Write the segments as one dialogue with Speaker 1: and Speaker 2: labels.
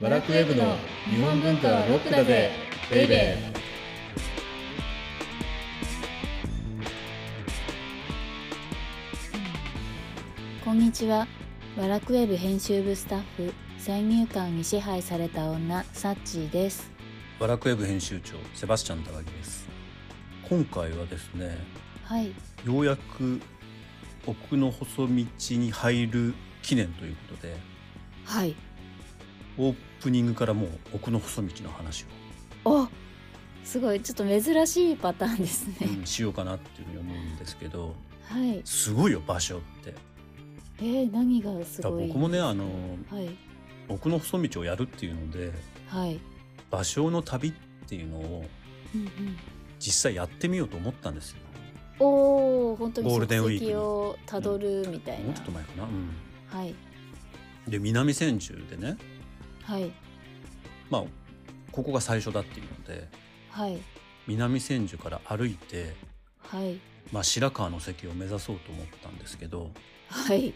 Speaker 1: バラクウェブの日本文化はロックだぜベイベー
Speaker 2: こんにちは。ワラクウェブ編集部スタッフ、先入観に支配された女、サッチーです。
Speaker 3: バラクウェブ編集長セバスチャン高木です今回はですね
Speaker 2: はい。
Speaker 3: ようやく奥の細道に入る記念ということで
Speaker 2: はい。
Speaker 3: オープニングからもう奥の細道の話を、
Speaker 2: おすごい。ちょっと珍しいパターンです
Speaker 3: う
Speaker 2: ね。
Speaker 3: んしようかなっていうふうに思うんですけど
Speaker 2: はい。
Speaker 3: すごいよ場所って
Speaker 2: えー、何がす
Speaker 3: だから
Speaker 2: ごい
Speaker 3: 僕もねあの
Speaker 2: はい。
Speaker 3: 奥の細道をやるっていうので
Speaker 2: はい。
Speaker 3: 場所の旅っていうのを
Speaker 2: うんうん。
Speaker 3: 実際やってみようと思ったんですよ
Speaker 2: おー、本当に
Speaker 3: ゴールデンウィークに
Speaker 2: 足跡をたどるみたい
Speaker 3: も
Speaker 2: な
Speaker 3: うちょっ。と前かな、うん、
Speaker 2: はい。
Speaker 3: で南千住でね
Speaker 2: はい。
Speaker 3: まあここが最初だっていうので
Speaker 2: はい。
Speaker 3: 南千住から歩いて、
Speaker 2: はい。
Speaker 3: まあ、白川の関を目指そうと思ったんですけど
Speaker 2: はい。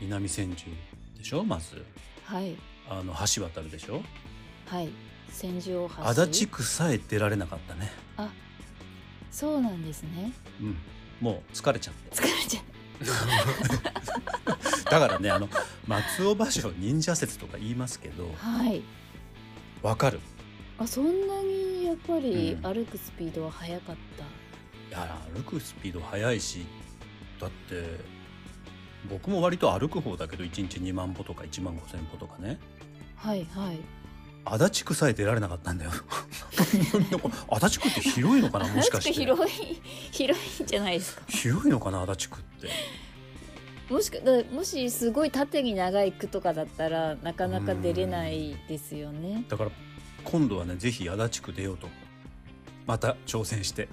Speaker 3: 南千住でしょまず
Speaker 2: はい。
Speaker 3: あの橋渡るでしょ
Speaker 2: はい。千住大橋。
Speaker 3: 足立区さえ出られなかったね、
Speaker 2: そうなんですね。
Speaker 3: うん、もう疲れちゃって
Speaker 2: 疲れちゃう。
Speaker 3: だからねあの松尾芭蕉忍者説とか言いますけど
Speaker 2: はい。
Speaker 3: わかる
Speaker 2: あそんなにやっぱり
Speaker 3: うん
Speaker 2: 歩くスピードは速かった、
Speaker 3: いや歩くスピード速いしだって僕も割と歩く方だけど1日2万歩とか1万5,000歩とかね
Speaker 2: はいはい
Speaker 3: 足立区さえ出られなかったんだよ なんか足立区って広いのかなもしかして
Speaker 2: 足 立区広い広いんじゃないですか
Speaker 3: 広いのかな足立区って
Speaker 2: もしかだもしすごい縦に長い区とかだったらなかなか出れないですよね
Speaker 3: だから今度はねぜひ足立区出ようとまた挑戦して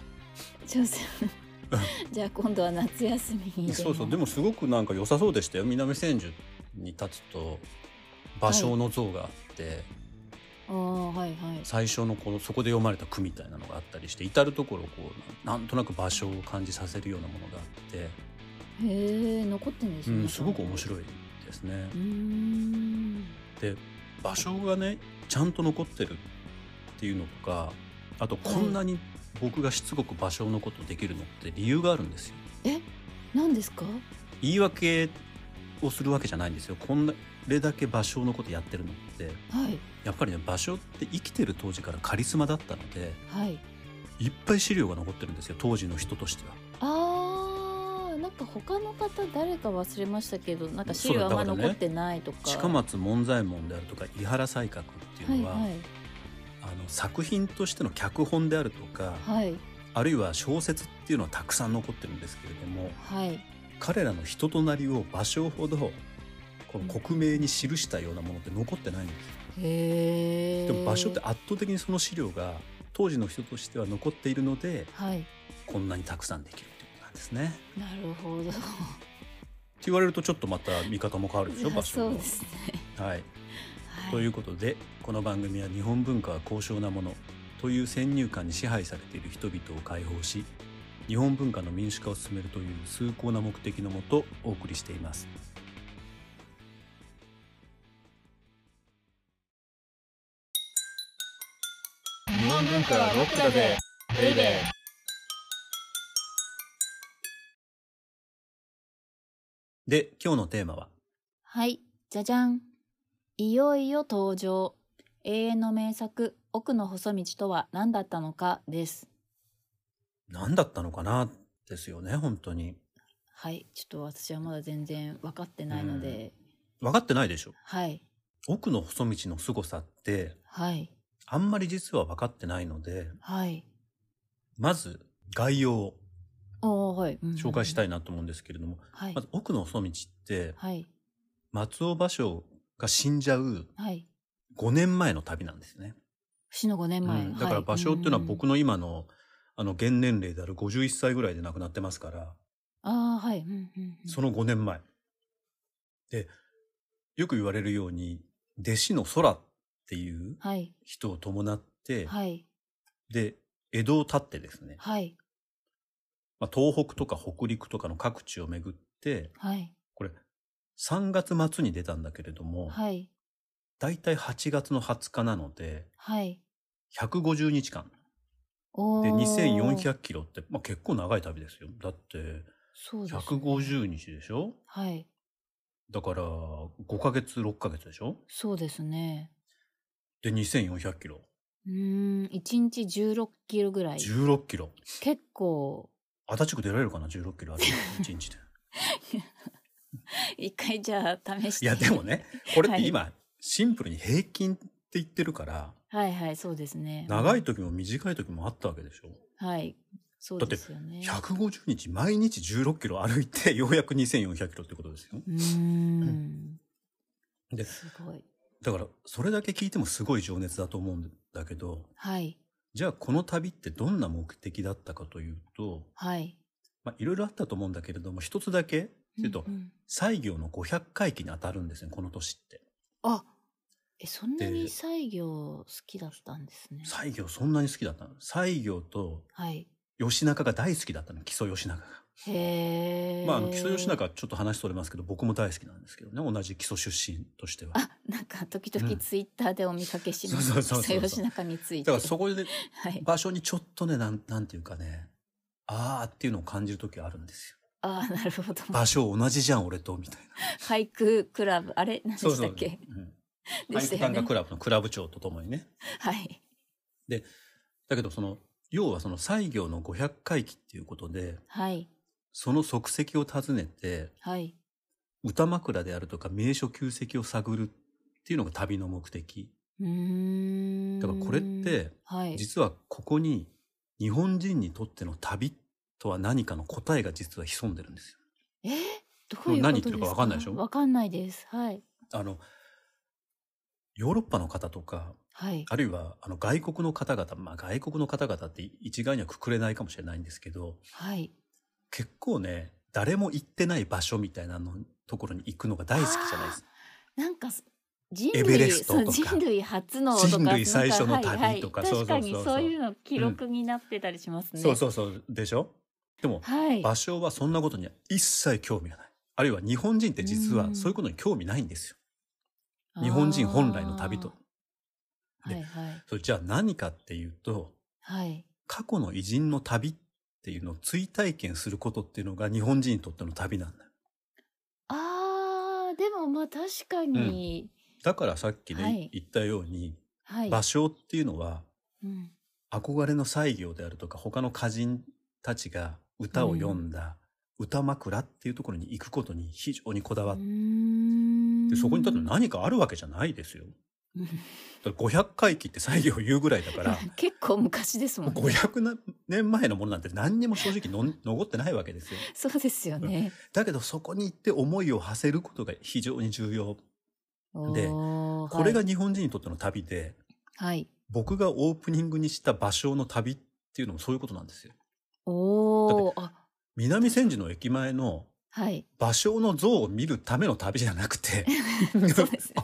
Speaker 2: 挑戦 じゃあ今度は夏休みに
Speaker 3: そうそうでもすごくなんか良さそうでしたよ南千住に立つと芭蕉の像があって、
Speaker 2: ああはいはい
Speaker 3: 最初のこのそこで読まれた句みたいなのがあったりして至る所こうなんとなく芭蕉を感じさせるようなものがあって、
Speaker 2: へえ残ってんです
Speaker 3: う
Speaker 2: ね、
Speaker 3: ん、すごく面
Speaker 2: い
Speaker 3: 白いですね
Speaker 2: うー。ん
Speaker 3: で芭蕉がねちゃんと残ってるっていうのとかあとこんなに僕がしつこく芭蕉のことできるのって理由があるんですよ。
Speaker 2: 何ですか
Speaker 3: 言い訳をするわけじゃないんですよこんなこれだけ芭蕉のことやってるのって
Speaker 2: はい
Speaker 3: やっぱりね芭蕉って生きてる当時からカリスマだったので
Speaker 2: はい
Speaker 3: いっぱい資料が残ってるんですよ当時の人としては。
Speaker 2: あーなんか他の方誰か忘れましたけどなんか資料あんま
Speaker 3: そうだだからね
Speaker 2: 残ってないとか
Speaker 3: 近松門左衛門であるとか井原西鶴っていうのは、
Speaker 2: はい
Speaker 3: あの作品としての脚本であるとか
Speaker 2: はいはい
Speaker 3: あるいは小説っていうのはたくさん残ってるんですけれども
Speaker 2: はい
Speaker 3: 彼らの人となりを芭蕉ほどこの克明に記したようなものって残ってないんですよ
Speaker 2: へえ
Speaker 3: でも場所って圧倒的にその資料が当時の人としては残っているので
Speaker 2: はい
Speaker 3: こんなにたくさんできるってことなんですね。って
Speaker 2: なるほど
Speaker 3: 言われるとちょっとまた見方も変わるでしょ場
Speaker 2: そ
Speaker 3: 所
Speaker 2: う
Speaker 3: の
Speaker 2: で。すね
Speaker 3: はい、
Speaker 2: はい
Speaker 3: ということでこの番組は日本文化は高尚なものという先入観に支配されている人々を解放し日本文化の民主化を進めるという崇高な目的のもとお送りしています。
Speaker 1: 日本文化はロックだぜベイベー
Speaker 3: で今日のテーマは
Speaker 2: はいじゃじゃんいよいよ登場永遠の名作奥の細道とは何だったのかです
Speaker 3: 何だったのかなですよね本当に。
Speaker 2: はいちょっと私はまだ全然分かってないので
Speaker 3: 分かってないでしょ
Speaker 2: はい
Speaker 3: 奥の細道の凄さって
Speaker 2: はい
Speaker 3: あんまり実は分かってないので
Speaker 2: はい
Speaker 3: まず概要を
Speaker 2: おーはい、うんうん
Speaker 3: 紹介したいなと思うんですけれども、
Speaker 2: はい
Speaker 3: まず奥の細道って
Speaker 2: はい
Speaker 3: 松尾芭蕉が死んじゃう
Speaker 2: はい
Speaker 3: 5年前の旅なんですね、
Speaker 2: 死の5年前、
Speaker 3: うんだから芭蕉っていうのは僕
Speaker 2: の、
Speaker 3: の今のあの現年齢である51歳ぐらいで亡くなってますから
Speaker 2: ああはい、うんうんうん
Speaker 3: その5年前でよく言われるように弟子の空っていう
Speaker 2: はい
Speaker 3: 人を伴って、
Speaker 2: はい
Speaker 3: で江戸を立ってですね
Speaker 2: はい
Speaker 3: まあ、東北とか北陸とかの各地を巡って
Speaker 2: はい
Speaker 3: これ3月末に出たんだけれども、
Speaker 2: はい
Speaker 3: 大体8月の20日なので、
Speaker 2: はい。
Speaker 3: 150日間。
Speaker 2: お
Speaker 3: で、
Speaker 2: ー
Speaker 3: 2400キロって、まあ、結構長い旅ですよ。だって、
Speaker 2: そうですね、
Speaker 3: 150日でしょ
Speaker 2: はい。
Speaker 3: だから、5ヶ月、6ヶ月でしょ
Speaker 2: そうですね。
Speaker 3: で、2400キロ。
Speaker 2: うーん、1日16キロぐらい。
Speaker 3: 16キロ。
Speaker 2: 結構、
Speaker 3: 足立区出られるかな ?16 キロある一日で。
Speaker 2: 一回じゃあ試して。
Speaker 3: いや、でも。ね、これって
Speaker 2: はい
Speaker 3: 今、シンプルに平均って言ってるから、
Speaker 2: はいはい、そうですね。
Speaker 3: 長い時も短い時もあったわけでしょ
Speaker 2: はい。そう
Speaker 3: だって
Speaker 2: ですよね。
Speaker 3: 150日毎日16キロ歩いて ようやく2400キロってことですよ。
Speaker 2: うーん。
Speaker 3: です
Speaker 2: ごい。
Speaker 3: だからそれだけ聞いてもすごい情熱だと思うんだけど
Speaker 2: はい。
Speaker 3: じゃあこの旅ってどんな目的だったかというと
Speaker 2: はい。
Speaker 3: まあいろいろあったと思うんだけれども一つだけちょっと
Speaker 2: うんうん
Speaker 3: 西行の500回忌に当たるんですねこの年って。
Speaker 2: あえ、そんな
Speaker 3: で
Speaker 2: に西行好きだったんですね。
Speaker 3: 西行そんなに好きだったの西行と
Speaker 2: はい。
Speaker 3: 吉中が大好きだったの木曽義仲が。
Speaker 2: へえ。
Speaker 3: まああの木曽義仲はちょっと話それますけど僕も大好きなんですけどね同じ木曽出身としては。
Speaker 2: あ、 なんか時々ツイッターでお見かけします。
Speaker 3: そうそうそうそう
Speaker 2: 木曽義仲について。
Speaker 3: だからそこで
Speaker 2: はい。
Speaker 3: 場所にちょっとね、なん、なんていうかね、あーっていうのを感じる時あるんですよ。
Speaker 2: ああ、なるほど。
Speaker 3: 場所同じじゃん、俺と、みたいな。
Speaker 2: 俳句クラブ、あれ何でしたっけ
Speaker 3: うん
Speaker 2: で
Speaker 3: 俳
Speaker 2: した
Speaker 3: 句
Speaker 2: よ
Speaker 3: 短
Speaker 2: ね
Speaker 3: 歌。クラブのクラブ長とともにね。
Speaker 2: はい。
Speaker 3: だけど、その、要はその西行の500回忌っていうことで、
Speaker 2: はい。
Speaker 3: その足跡を訪ねて、
Speaker 2: はい。
Speaker 3: 歌枕であるとか名所旧跡を探るっていうのが旅の目的。
Speaker 2: うーん。
Speaker 3: だからこれって、
Speaker 2: はい。
Speaker 3: 実はここに日本人にとっての旅とは何かの答えが実は潜んでるんですよ。
Speaker 2: えーどういうことですか
Speaker 3: 何言ってるかわかんないでしょ
Speaker 2: わかんないです。はい。
Speaker 3: あの、ヨーロッパの方とか、
Speaker 2: はい。
Speaker 3: あるいはあの外国の方々、まあ外国の方々って一概にはくくれないかもしれないんですけど、
Speaker 2: はい。
Speaker 3: 結構ね、誰も行ってない場所みたいなのところに行くのが大好きじゃないですか。
Speaker 2: なんかす人
Speaker 3: エベレ
Speaker 2: 類
Speaker 3: ストとか
Speaker 2: そう人類初のとか
Speaker 3: 人類最初の
Speaker 2: なんはいはい
Speaker 3: 旅とかそうそう
Speaker 2: 確か
Speaker 3: そう
Speaker 2: に
Speaker 3: そう
Speaker 2: そういうの記録になってたりしますね。
Speaker 3: そうそうそう、でしょでも、
Speaker 2: はい。
Speaker 3: 場所はそんなことには一切興味がない。あるいは日本人って実はそういうことに興味ないんですよ。日本人本来の旅と。
Speaker 2: あー。はいはい
Speaker 3: それじゃあ何かっていうと、
Speaker 2: はい。
Speaker 3: 過去の偉人の旅っていうのを追体験することっていうのが日本人にとっての旅なんだよ。
Speaker 2: あーでもまあ確かに、
Speaker 3: だからさっきね、
Speaker 2: はい
Speaker 3: 言ったように、
Speaker 2: はい。
Speaker 3: 場所っていうのは
Speaker 2: うん
Speaker 3: 憧れの西行であるとか他の歌人たちが歌を読んだ歌枕っていうところに行くことに非常にこだわ
Speaker 2: う
Speaker 3: っ
Speaker 2: ー
Speaker 3: て、
Speaker 2: ん
Speaker 3: そこにだって何かあるわけじゃないで すよ。
Speaker 2: うん
Speaker 3: だから500回忌って西行言うぐらいだから
Speaker 2: 結構昔です
Speaker 3: も
Speaker 2: も
Speaker 3: うん
Speaker 2: ね。
Speaker 3: 500な年前のものなんて何にも正直のん残ってないわけですよ。
Speaker 2: そうですよね。
Speaker 3: だけどそこに行って思いを馳せることが非常に重要。で
Speaker 2: おー
Speaker 3: これが
Speaker 2: はい
Speaker 3: 日本人にとっての旅で、
Speaker 2: はい。
Speaker 3: 僕がオープニングにした場所の旅っていうのもそういうことなんですよ。
Speaker 2: おお。あ
Speaker 3: 南千住の駅前の
Speaker 2: はい。
Speaker 3: 芭蕉の像を見るための旅じゃなくて、
Speaker 2: そうですね
Speaker 3: あ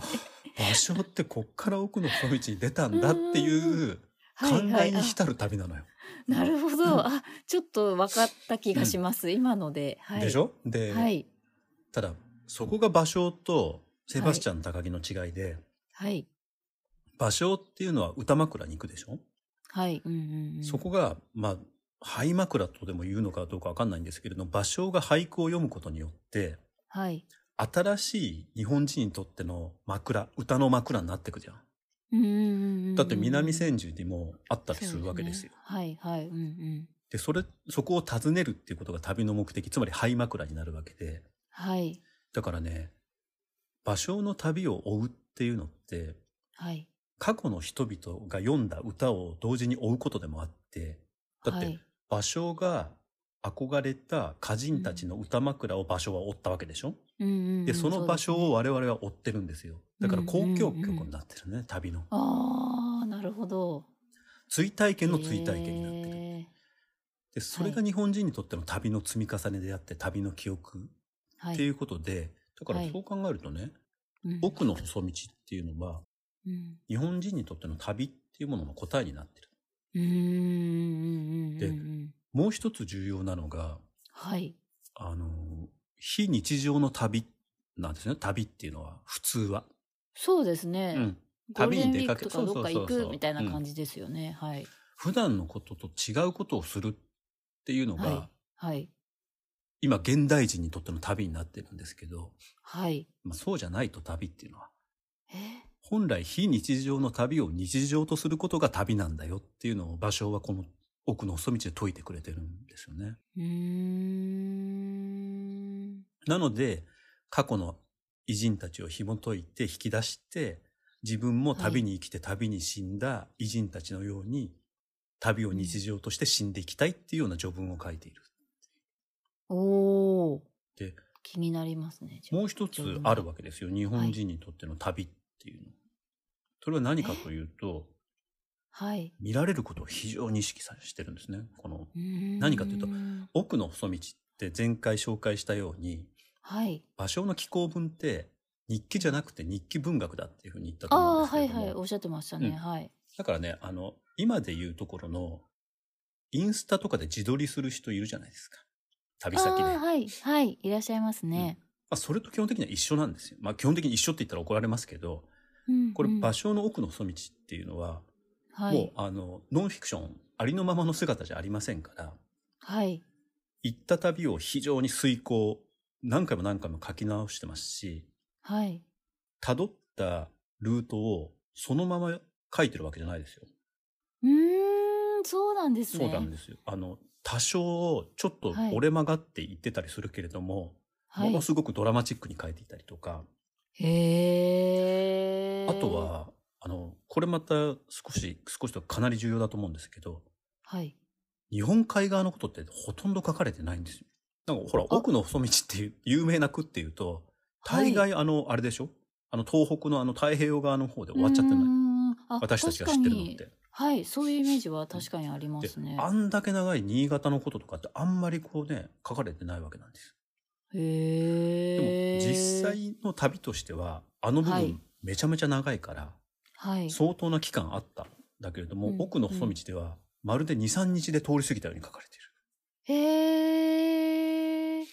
Speaker 3: 芭蕉ってこっから奥の細道に出たんだっていう 感慨に浸る旅なのよ。
Speaker 2: あなるほど、あちょっと分かった気がします、今ので、はい、
Speaker 3: でしょで、
Speaker 2: はい
Speaker 3: ただそこが芭蕉とセバスチャン高木の違いで、
Speaker 2: はい
Speaker 3: 芭蕉っていうのは歌枕に行くでしょ、
Speaker 2: はいうんうんうん
Speaker 3: そこが、まあ、灰枕とでも言うのかどうかわかんないんですけれども、芭蕉が俳句を読むことによって、
Speaker 2: はい
Speaker 3: 新しい日本人にとっての枕、歌の枕になってくじゃん。
Speaker 2: うんうんうんうん
Speaker 3: だって南千住にもあったりするわけですよ。
Speaker 2: そうねはいはいうんうん
Speaker 3: で、それ、そこを訪ねるっていうことが旅の目的、つまり灰枕になるわけで。
Speaker 2: はい
Speaker 3: だからね、芭蕉の旅を追うっていうのって、
Speaker 2: はい
Speaker 3: 過去の人々が読んだ歌を同時に追うことでもあって、だっ
Speaker 2: は
Speaker 3: て
Speaker 2: い
Speaker 3: 芭蕉が憧れた歌人たちの歌枕を芭蕉は追ったわけでしょ、
Speaker 2: うんうんうん
Speaker 3: で、その芭
Speaker 2: そうです
Speaker 3: 蕉
Speaker 2: ね
Speaker 3: を我々は追ってるんですよ。だから公共曲になってるね、旅の。
Speaker 2: ああなるほど
Speaker 3: 追体験の追体験になってる。
Speaker 2: へー
Speaker 3: で、それが日本人にとっての旅の積み重ねであって、旅の記憶
Speaker 2: は
Speaker 3: ってい
Speaker 2: い、
Speaker 3: うことで、だから
Speaker 2: はい
Speaker 3: そう考えるとね、
Speaker 2: うん
Speaker 3: 奥の細道っていうのは、
Speaker 2: うん
Speaker 3: 日本人にとっての旅っていうものの答えになってる。
Speaker 2: うんうんうんうんうん
Speaker 3: で
Speaker 2: うん
Speaker 3: もう一つ重要なのが、
Speaker 2: はい
Speaker 3: あの、非日常の旅なんですね。旅っていうのは、普通は。
Speaker 2: そうですね、
Speaker 3: うん、
Speaker 2: ゴールデンウィークとかど
Speaker 3: 旅に出かけ
Speaker 2: っか
Speaker 3: そうそ
Speaker 2: 行
Speaker 3: うそうそう
Speaker 2: くみたいな感じですよね、はい
Speaker 3: 普段のことと違うことをするっていうのが、
Speaker 2: はいはい
Speaker 3: 今現代人にとっての旅になってるんですけど、
Speaker 2: はい
Speaker 3: まあ、そうじゃないと旅っていうのは
Speaker 2: え
Speaker 3: 本来非日常の旅を日常とすることが旅なんだよっていうのを場所はこの奥の細道で説いてくれてるんですよね。
Speaker 2: うーん
Speaker 3: なので過去の偉人たちを紐解いて引き出して自分も旅に生きて旅に死んだ偉人たちのように旅を日常として死んでいきたいっていうような序文を書いている。
Speaker 2: おー
Speaker 3: で
Speaker 2: 気になりますねじゃあ
Speaker 3: もう一つあるわけですよ日本人にとっての旅っていうの。それは何かというと
Speaker 2: はい
Speaker 3: 見られることを非常に意識さしてるんですね。この何
Speaker 2: 何
Speaker 3: かというと奥の細道って前回紹介したように
Speaker 2: はい
Speaker 3: 芭蕉の紀行文って日記じゃなくて日記文学だっていうふうに言ったと思
Speaker 2: あ
Speaker 3: うん
Speaker 2: あ
Speaker 3: ですけ
Speaker 2: は
Speaker 3: れ
Speaker 2: い
Speaker 3: ど
Speaker 2: は
Speaker 3: も、
Speaker 2: いおっしゃってましたね、
Speaker 3: うん
Speaker 2: はい
Speaker 3: だからねあの今で言うところのインスタとかで自撮りする人いるじゃないですか旅先で、
Speaker 2: ああ
Speaker 3: ま
Speaker 2: はいはいいらっしゃいますね、
Speaker 3: あ、それと基本的には一緒なんですよ、まあ、基本的に一緒って言ったら怒られますけど
Speaker 2: うん
Speaker 3: これ
Speaker 2: うん
Speaker 3: 芭蕉の奥の細道っていうのは、
Speaker 2: は
Speaker 3: もう
Speaker 2: い
Speaker 3: あのノンフィクションありのままの姿じゃありませんから
Speaker 2: はい
Speaker 3: 行った旅を非常に遂行何回も何回も書き直してますし
Speaker 2: はい
Speaker 3: 辿ったルートをそのまま書いてるわけじゃないですよ。
Speaker 2: うーんそうなんです
Speaker 3: そう
Speaker 2: ね
Speaker 3: なんですよ。あの、多少ちょっと
Speaker 2: はい
Speaker 3: 折れ曲がって言ってたりするけれども、
Speaker 2: はい
Speaker 3: ものすごくドラマチックに書いていたりとか、
Speaker 2: へえ
Speaker 3: あとは、あの、これまた少し、少しとかなり重要だと思うんですけど、
Speaker 2: はい
Speaker 3: 日本海側のことってほとんど書かれてないんですよ。なんかほら、奥の細道っていう有名な句っていうと、大概あの、あれでしょあの、東北のあの太平洋側の方で終わっちゃって
Speaker 2: うー
Speaker 3: ない。
Speaker 2: んあ
Speaker 3: 私たちが知ってるのっ
Speaker 2: 確か
Speaker 3: て
Speaker 2: に。はいそういうイメージは確かにありま
Speaker 3: です
Speaker 2: ね
Speaker 3: あんだけ長い新潟のこととかってあんまりこうね書かれてないわけなんです。でも
Speaker 2: へえ
Speaker 3: 実際の旅としてはあの部
Speaker 2: はい
Speaker 3: 分めちゃめちゃ長いから、
Speaker 2: はい
Speaker 3: 相当な期間あったんだけれども、
Speaker 2: うん
Speaker 3: 奥の細道ではまるで23日で通り過ぎたように書かれている。
Speaker 2: へえ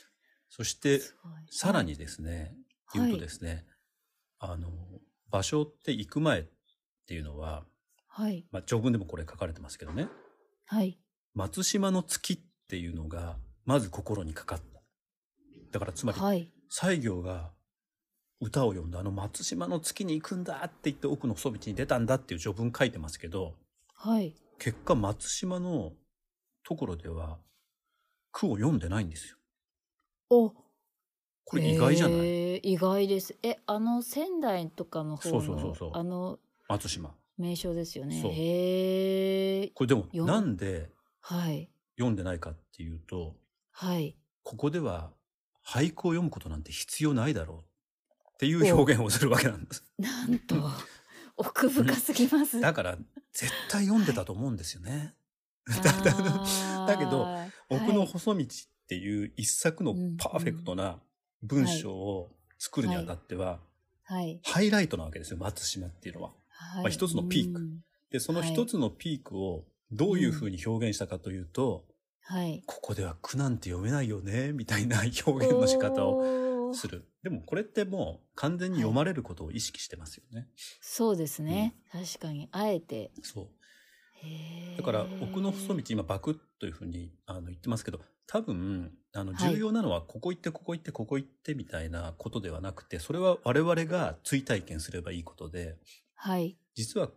Speaker 3: そして
Speaker 2: すごい
Speaker 3: さらにですね、
Speaker 2: はい
Speaker 3: 言うとですねあの場所って行く前っていうのは、
Speaker 2: はい
Speaker 3: まあ、長文でもこれ書かれてますけどね
Speaker 2: はい
Speaker 3: 松島の月っていうのがまず心にかかった。だからつまり
Speaker 2: はい
Speaker 3: 西行が歌を読んだあの松島の月に行くんだって言って奥の細道に出たんだっていう序文書いてますけど
Speaker 2: はい
Speaker 3: 結果松島のところでは句を読んでないんですよ。
Speaker 2: お
Speaker 3: これ意外じゃない、
Speaker 2: へー意外ですえあの仙台とかの方の
Speaker 3: そうそうそうそう
Speaker 2: あの
Speaker 3: 松島。
Speaker 2: 名称ですよね
Speaker 3: そう
Speaker 2: へえ
Speaker 3: これでも
Speaker 2: よ
Speaker 3: なんで
Speaker 2: はい
Speaker 3: 読んでないかっていうと
Speaker 2: はい
Speaker 3: ここでは俳句を読むことなんて必要ないだろうっていう表現をするわけなんです。
Speaker 2: なんと 奥深すぎます
Speaker 3: だから絶対読んでたと思うんですよね。
Speaker 2: あー
Speaker 3: だけど奥の
Speaker 2: はい
Speaker 3: 細道っていう一作のパーフェクトな文章を作るにあたっては、
Speaker 2: はい
Speaker 3: ハイライトなわけですよ、松島っていうのは。
Speaker 2: はい
Speaker 3: まあ一つのピーク
Speaker 2: うん
Speaker 3: で、その一つのピークをどういうふうに表現したかというと、
Speaker 2: はい
Speaker 3: ここでは苦なんて読めないよね、みたいな表現の仕方を
Speaker 2: を
Speaker 3: する。でもこれってもう完全に読まれることを意識してますよね。
Speaker 2: そうですね、確かにあえて
Speaker 3: そう。
Speaker 2: へー
Speaker 3: だから奥の細道今バクッというふうにあの言ってますけど多分あの
Speaker 2: はい
Speaker 3: 重要なのはここ行ってここ行ってここ行ってみたいなことではなくてそれは我々が追体験すればいいことで
Speaker 2: はい
Speaker 3: 実は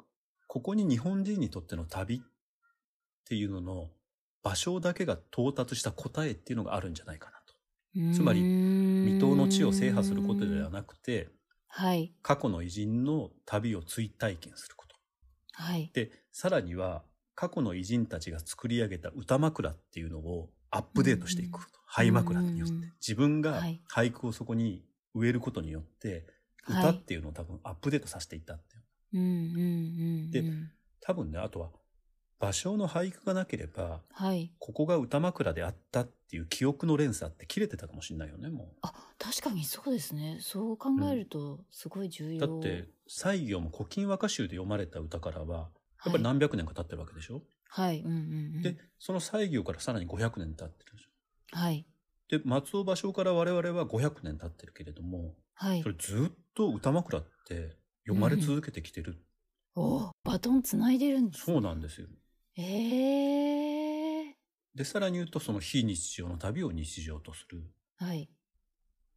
Speaker 3: ここに日本人にとっての旅っていうのの場所だけが到達した答えっていうのがあるんじゃないかなと。つまり
Speaker 2: 未
Speaker 3: 未踏の地を制覇することではなくて
Speaker 2: はい
Speaker 3: 過去の偉人の旅を追体験すること。
Speaker 2: はい
Speaker 3: でさらには過去の偉人たちが作り上げた歌枕っていうのをアップデートしていくこと、灰枕によって
Speaker 2: うんうん
Speaker 3: 自分が
Speaker 2: はい
Speaker 3: 俳句をそこに植えることによって、
Speaker 2: はい
Speaker 3: 歌っていうのを多分アップデートさせていったっていう
Speaker 2: うんうんうんうん
Speaker 3: で多分ねあとは芭蕉の俳句がなければ
Speaker 2: はい
Speaker 3: ここが歌枕であったっていう記憶の連鎖って切れてたかもしれないよねも
Speaker 2: あ確かにそうですねそう考えるとすごい重
Speaker 3: う
Speaker 2: 要、
Speaker 3: だって西行も「古今和歌集」で読まれた歌からはやっぱり
Speaker 2: はい、
Speaker 3: 何百年か経ってるわけでしょ、
Speaker 2: はいうんうんうん
Speaker 3: でその西行からさらに500年経ってるでしょ
Speaker 2: はい
Speaker 3: で松尾芭蕉から我々は500年経ってるけれども
Speaker 2: はい
Speaker 3: それずっと歌枕って読まれ続けてきてる、
Speaker 2: おおバトンつないでるんです
Speaker 3: そうなんですよ
Speaker 2: ええ
Speaker 3: でさらに言うとその非日常の旅を日常とする
Speaker 2: はい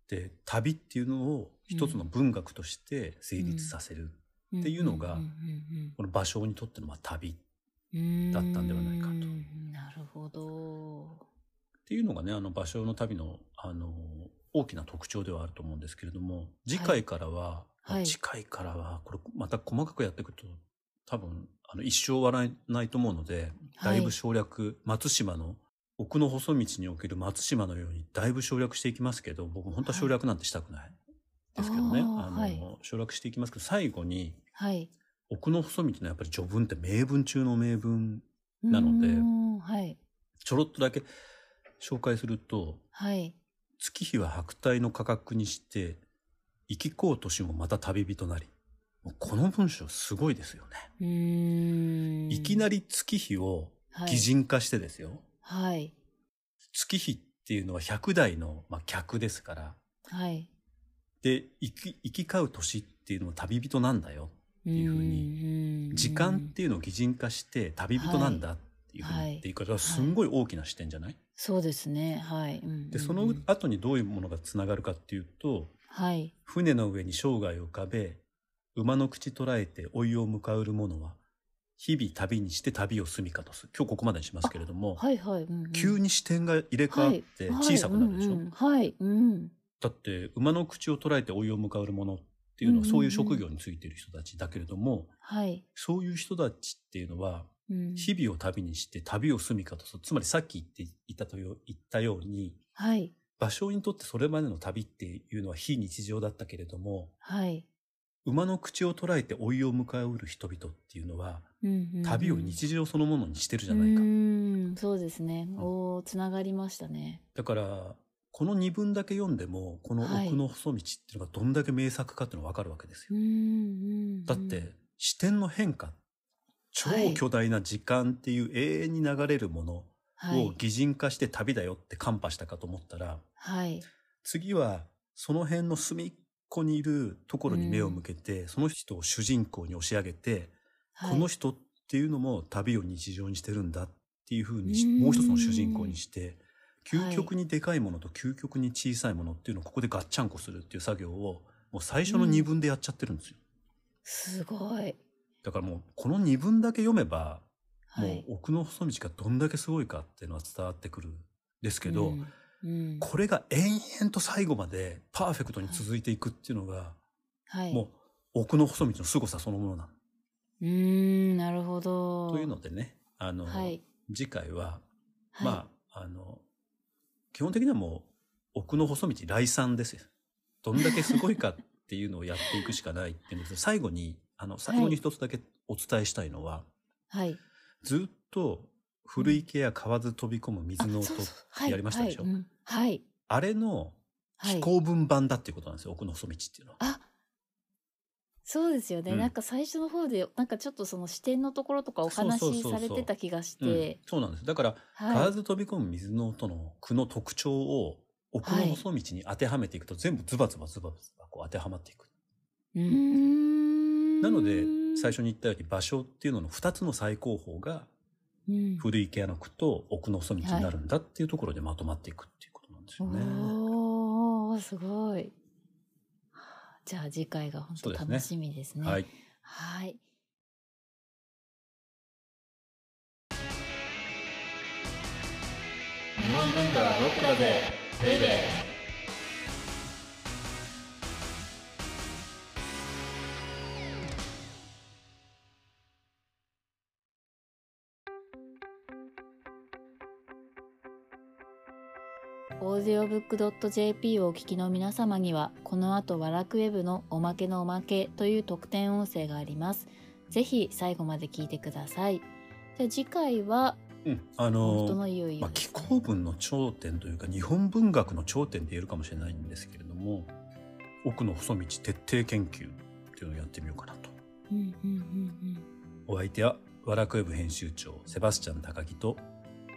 Speaker 3: で旅っていうのを一つの文学として成立させる、っていうのが
Speaker 2: んうん
Speaker 3: この芭蕉にとってのまあ旅っ
Speaker 2: うんうん
Speaker 3: だったんではないかと
Speaker 2: うーんなるほど
Speaker 3: ていうのがねあの芭蕉の旅のあの大きな特徴ではあると思うんですけれども次回からは、
Speaker 2: はい
Speaker 3: あ次回からはこれまた細かくやっていくと多分あの一生終わらないと思うのでだいぶ省略、松島の奥の細道における松島のようにだいぶ省略していきますけど僕本当は省略なんてしたくないですけどね、
Speaker 2: あー
Speaker 3: あの
Speaker 2: はい
Speaker 3: 省略していきますけど最後に
Speaker 2: はい
Speaker 3: 奥の細道のやっぱり序文って名文中の名文な
Speaker 2: な
Speaker 3: ので
Speaker 2: はい
Speaker 3: ちょろっとだけ紹介すると
Speaker 2: はい
Speaker 3: 「月日は白帯の価格にして生きこう年もまた旅人なり」もうこの文章すごいですよね。
Speaker 2: うーん
Speaker 3: いきなり月日を擬人化してですよ。
Speaker 2: はい
Speaker 3: 月日っていうのは100代の、まあ、客ですから。
Speaker 2: はい
Speaker 3: で、行き、行き交う年っていうのも旅人なんだよ。
Speaker 2: って
Speaker 3: いうふうに
Speaker 2: に
Speaker 3: 時間っていうのを擬人化して旅人なんだっていうふうに言っていいから、すんごい大きな視点じゃない、
Speaker 2: そうですねはい、うんうんうん
Speaker 3: で、その後にどういうものがつながるかっていうと、
Speaker 2: はい
Speaker 3: 船の上に生涯を浮かべ、馬の口捉えて追いを向かうる者は、日々旅にして旅を住みかとする。今日ここまでにしますけれども、
Speaker 2: はいはい、うんうん
Speaker 3: 急に視点が入れ替わって小さくなるでしょ、
Speaker 2: はいうんうんはいうん
Speaker 3: だって馬の口を捉えて追いを向かう者っていうのは
Speaker 2: うん
Speaker 3: そういう職業についてる人たちだけれども、
Speaker 2: はい
Speaker 3: そういう人たちっていうのは
Speaker 2: うん
Speaker 3: 日々を旅にして旅を住みかとするつまりさっき言っていたとよ言ったように
Speaker 2: はい
Speaker 3: 場所にとってそれまでの旅っていうのは非日常だったけれども
Speaker 2: はい、
Speaker 3: 馬の口を捉えて追いを迎えうる人々っていうのは
Speaker 2: うんうんうん
Speaker 3: 旅を日常そのものにしてるじゃないか、
Speaker 2: うーんそうですね
Speaker 3: ん
Speaker 2: おーつながりましたね
Speaker 3: だからこの2文だけ読んでもこの
Speaker 2: はい
Speaker 3: 奥の細道っていうのがどんだけ名作かっていうのが分かるわけですよ
Speaker 2: うんうんうん
Speaker 3: だって視点の変化超
Speaker 2: はい
Speaker 3: 巨大な時間っていう永遠に流れるもの
Speaker 2: は
Speaker 3: を
Speaker 2: い
Speaker 3: 擬人化して旅だよってカンパしたかと思ったら
Speaker 2: はい
Speaker 3: 次はその辺の隅っこにいるところに目を向けて、その人を主人公に押し上げて、
Speaker 2: はい
Speaker 3: この人っていうのも旅を日常にしてるんだっていうふうにし
Speaker 2: うん
Speaker 3: もう一つの主人公にして
Speaker 2: はい
Speaker 3: 究極にでかいものと究極に小さいものっていうのをここでガッチャンコするっていう作業をもう最初の2文でやっちゃってるんですよ。
Speaker 2: すごい
Speaker 3: だからもうこの2文だけ読めば、
Speaker 2: は
Speaker 3: も
Speaker 2: いう
Speaker 3: 奥の細道がどんだけすごいかっていうのは伝わってくるんですけど、
Speaker 2: うんうん
Speaker 3: これが延々と最後までパーフェクトに続いていくっていうのが、
Speaker 2: はい
Speaker 3: もう奥の細道の凄さそのものな
Speaker 2: うーんなるほど
Speaker 3: の。というのでねあの、
Speaker 2: はい
Speaker 3: 次回は、
Speaker 2: はい
Speaker 3: まああの基本的にはもう奥の細道来賛ですよ。どんだけすごいかっていうのをやっていくしかないっていうんですけど最後にあの最後に一つだけお伝えしたいのは、
Speaker 2: はい
Speaker 3: ずっと古池や川津飛び込む水の音、
Speaker 2: あそうそうはい
Speaker 3: やりましたでしょ
Speaker 2: はいうんはい
Speaker 3: あれの
Speaker 2: はい
Speaker 3: 非公文版だっていうことなんですよ、奥の細道っていうのは。
Speaker 2: あそうですよね、
Speaker 3: うん
Speaker 2: なんか最初の方でなんかちょっとその視点のところとかお話
Speaker 3: そうそう
Speaker 2: し
Speaker 3: そうそ
Speaker 2: さ
Speaker 3: う
Speaker 2: れてた気がし
Speaker 3: うん
Speaker 2: て、
Speaker 3: そうなんです。だから、
Speaker 2: は
Speaker 3: 川
Speaker 2: い
Speaker 3: 津飛び込む水の音の句の特徴を奥の細道に当てはめていくと、全部ズバズバズバズバこう当てはまっていく。
Speaker 2: うーん
Speaker 3: なので、最初に言ったように場所っていうのの2つの最高峰が
Speaker 2: うん
Speaker 3: 古池屋の句と奥の細道になるんだっていうところでまとまっていくっていうことなんですよね。
Speaker 2: おーすごいじゃあ次回が本
Speaker 3: そう
Speaker 2: 当
Speaker 3: ですね
Speaker 2: 楽しみですね
Speaker 3: はい。
Speaker 2: はい
Speaker 1: 日本文化はロックだぜベイベー
Speaker 2: オーディオブックドット JP をお聞きの皆様にはこの後和楽ウェブのおまけのおまけという特典音声がありますぜひ最後まで聞いてくださいじゃあ次回は
Speaker 3: うん。あの
Speaker 2: 本当のいよいよ
Speaker 3: まあ、
Speaker 2: で
Speaker 3: 気
Speaker 2: すね、
Speaker 3: 候文の頂点というか日本文学の頂点で言えるかもしれないんですけれども奥の細道徹底研究っていうのをやってみようかなと
Speaker 2: うんうんうんうん
Speaker 3: お相手は和楽ウェブ編集長セバスチャン高木と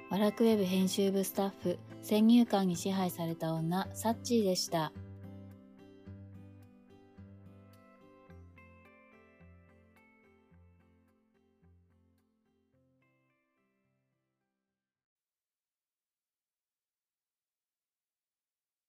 Speaker 2: 和楽ウェブ編集部スタッフ先入観に支配された女サッチーでした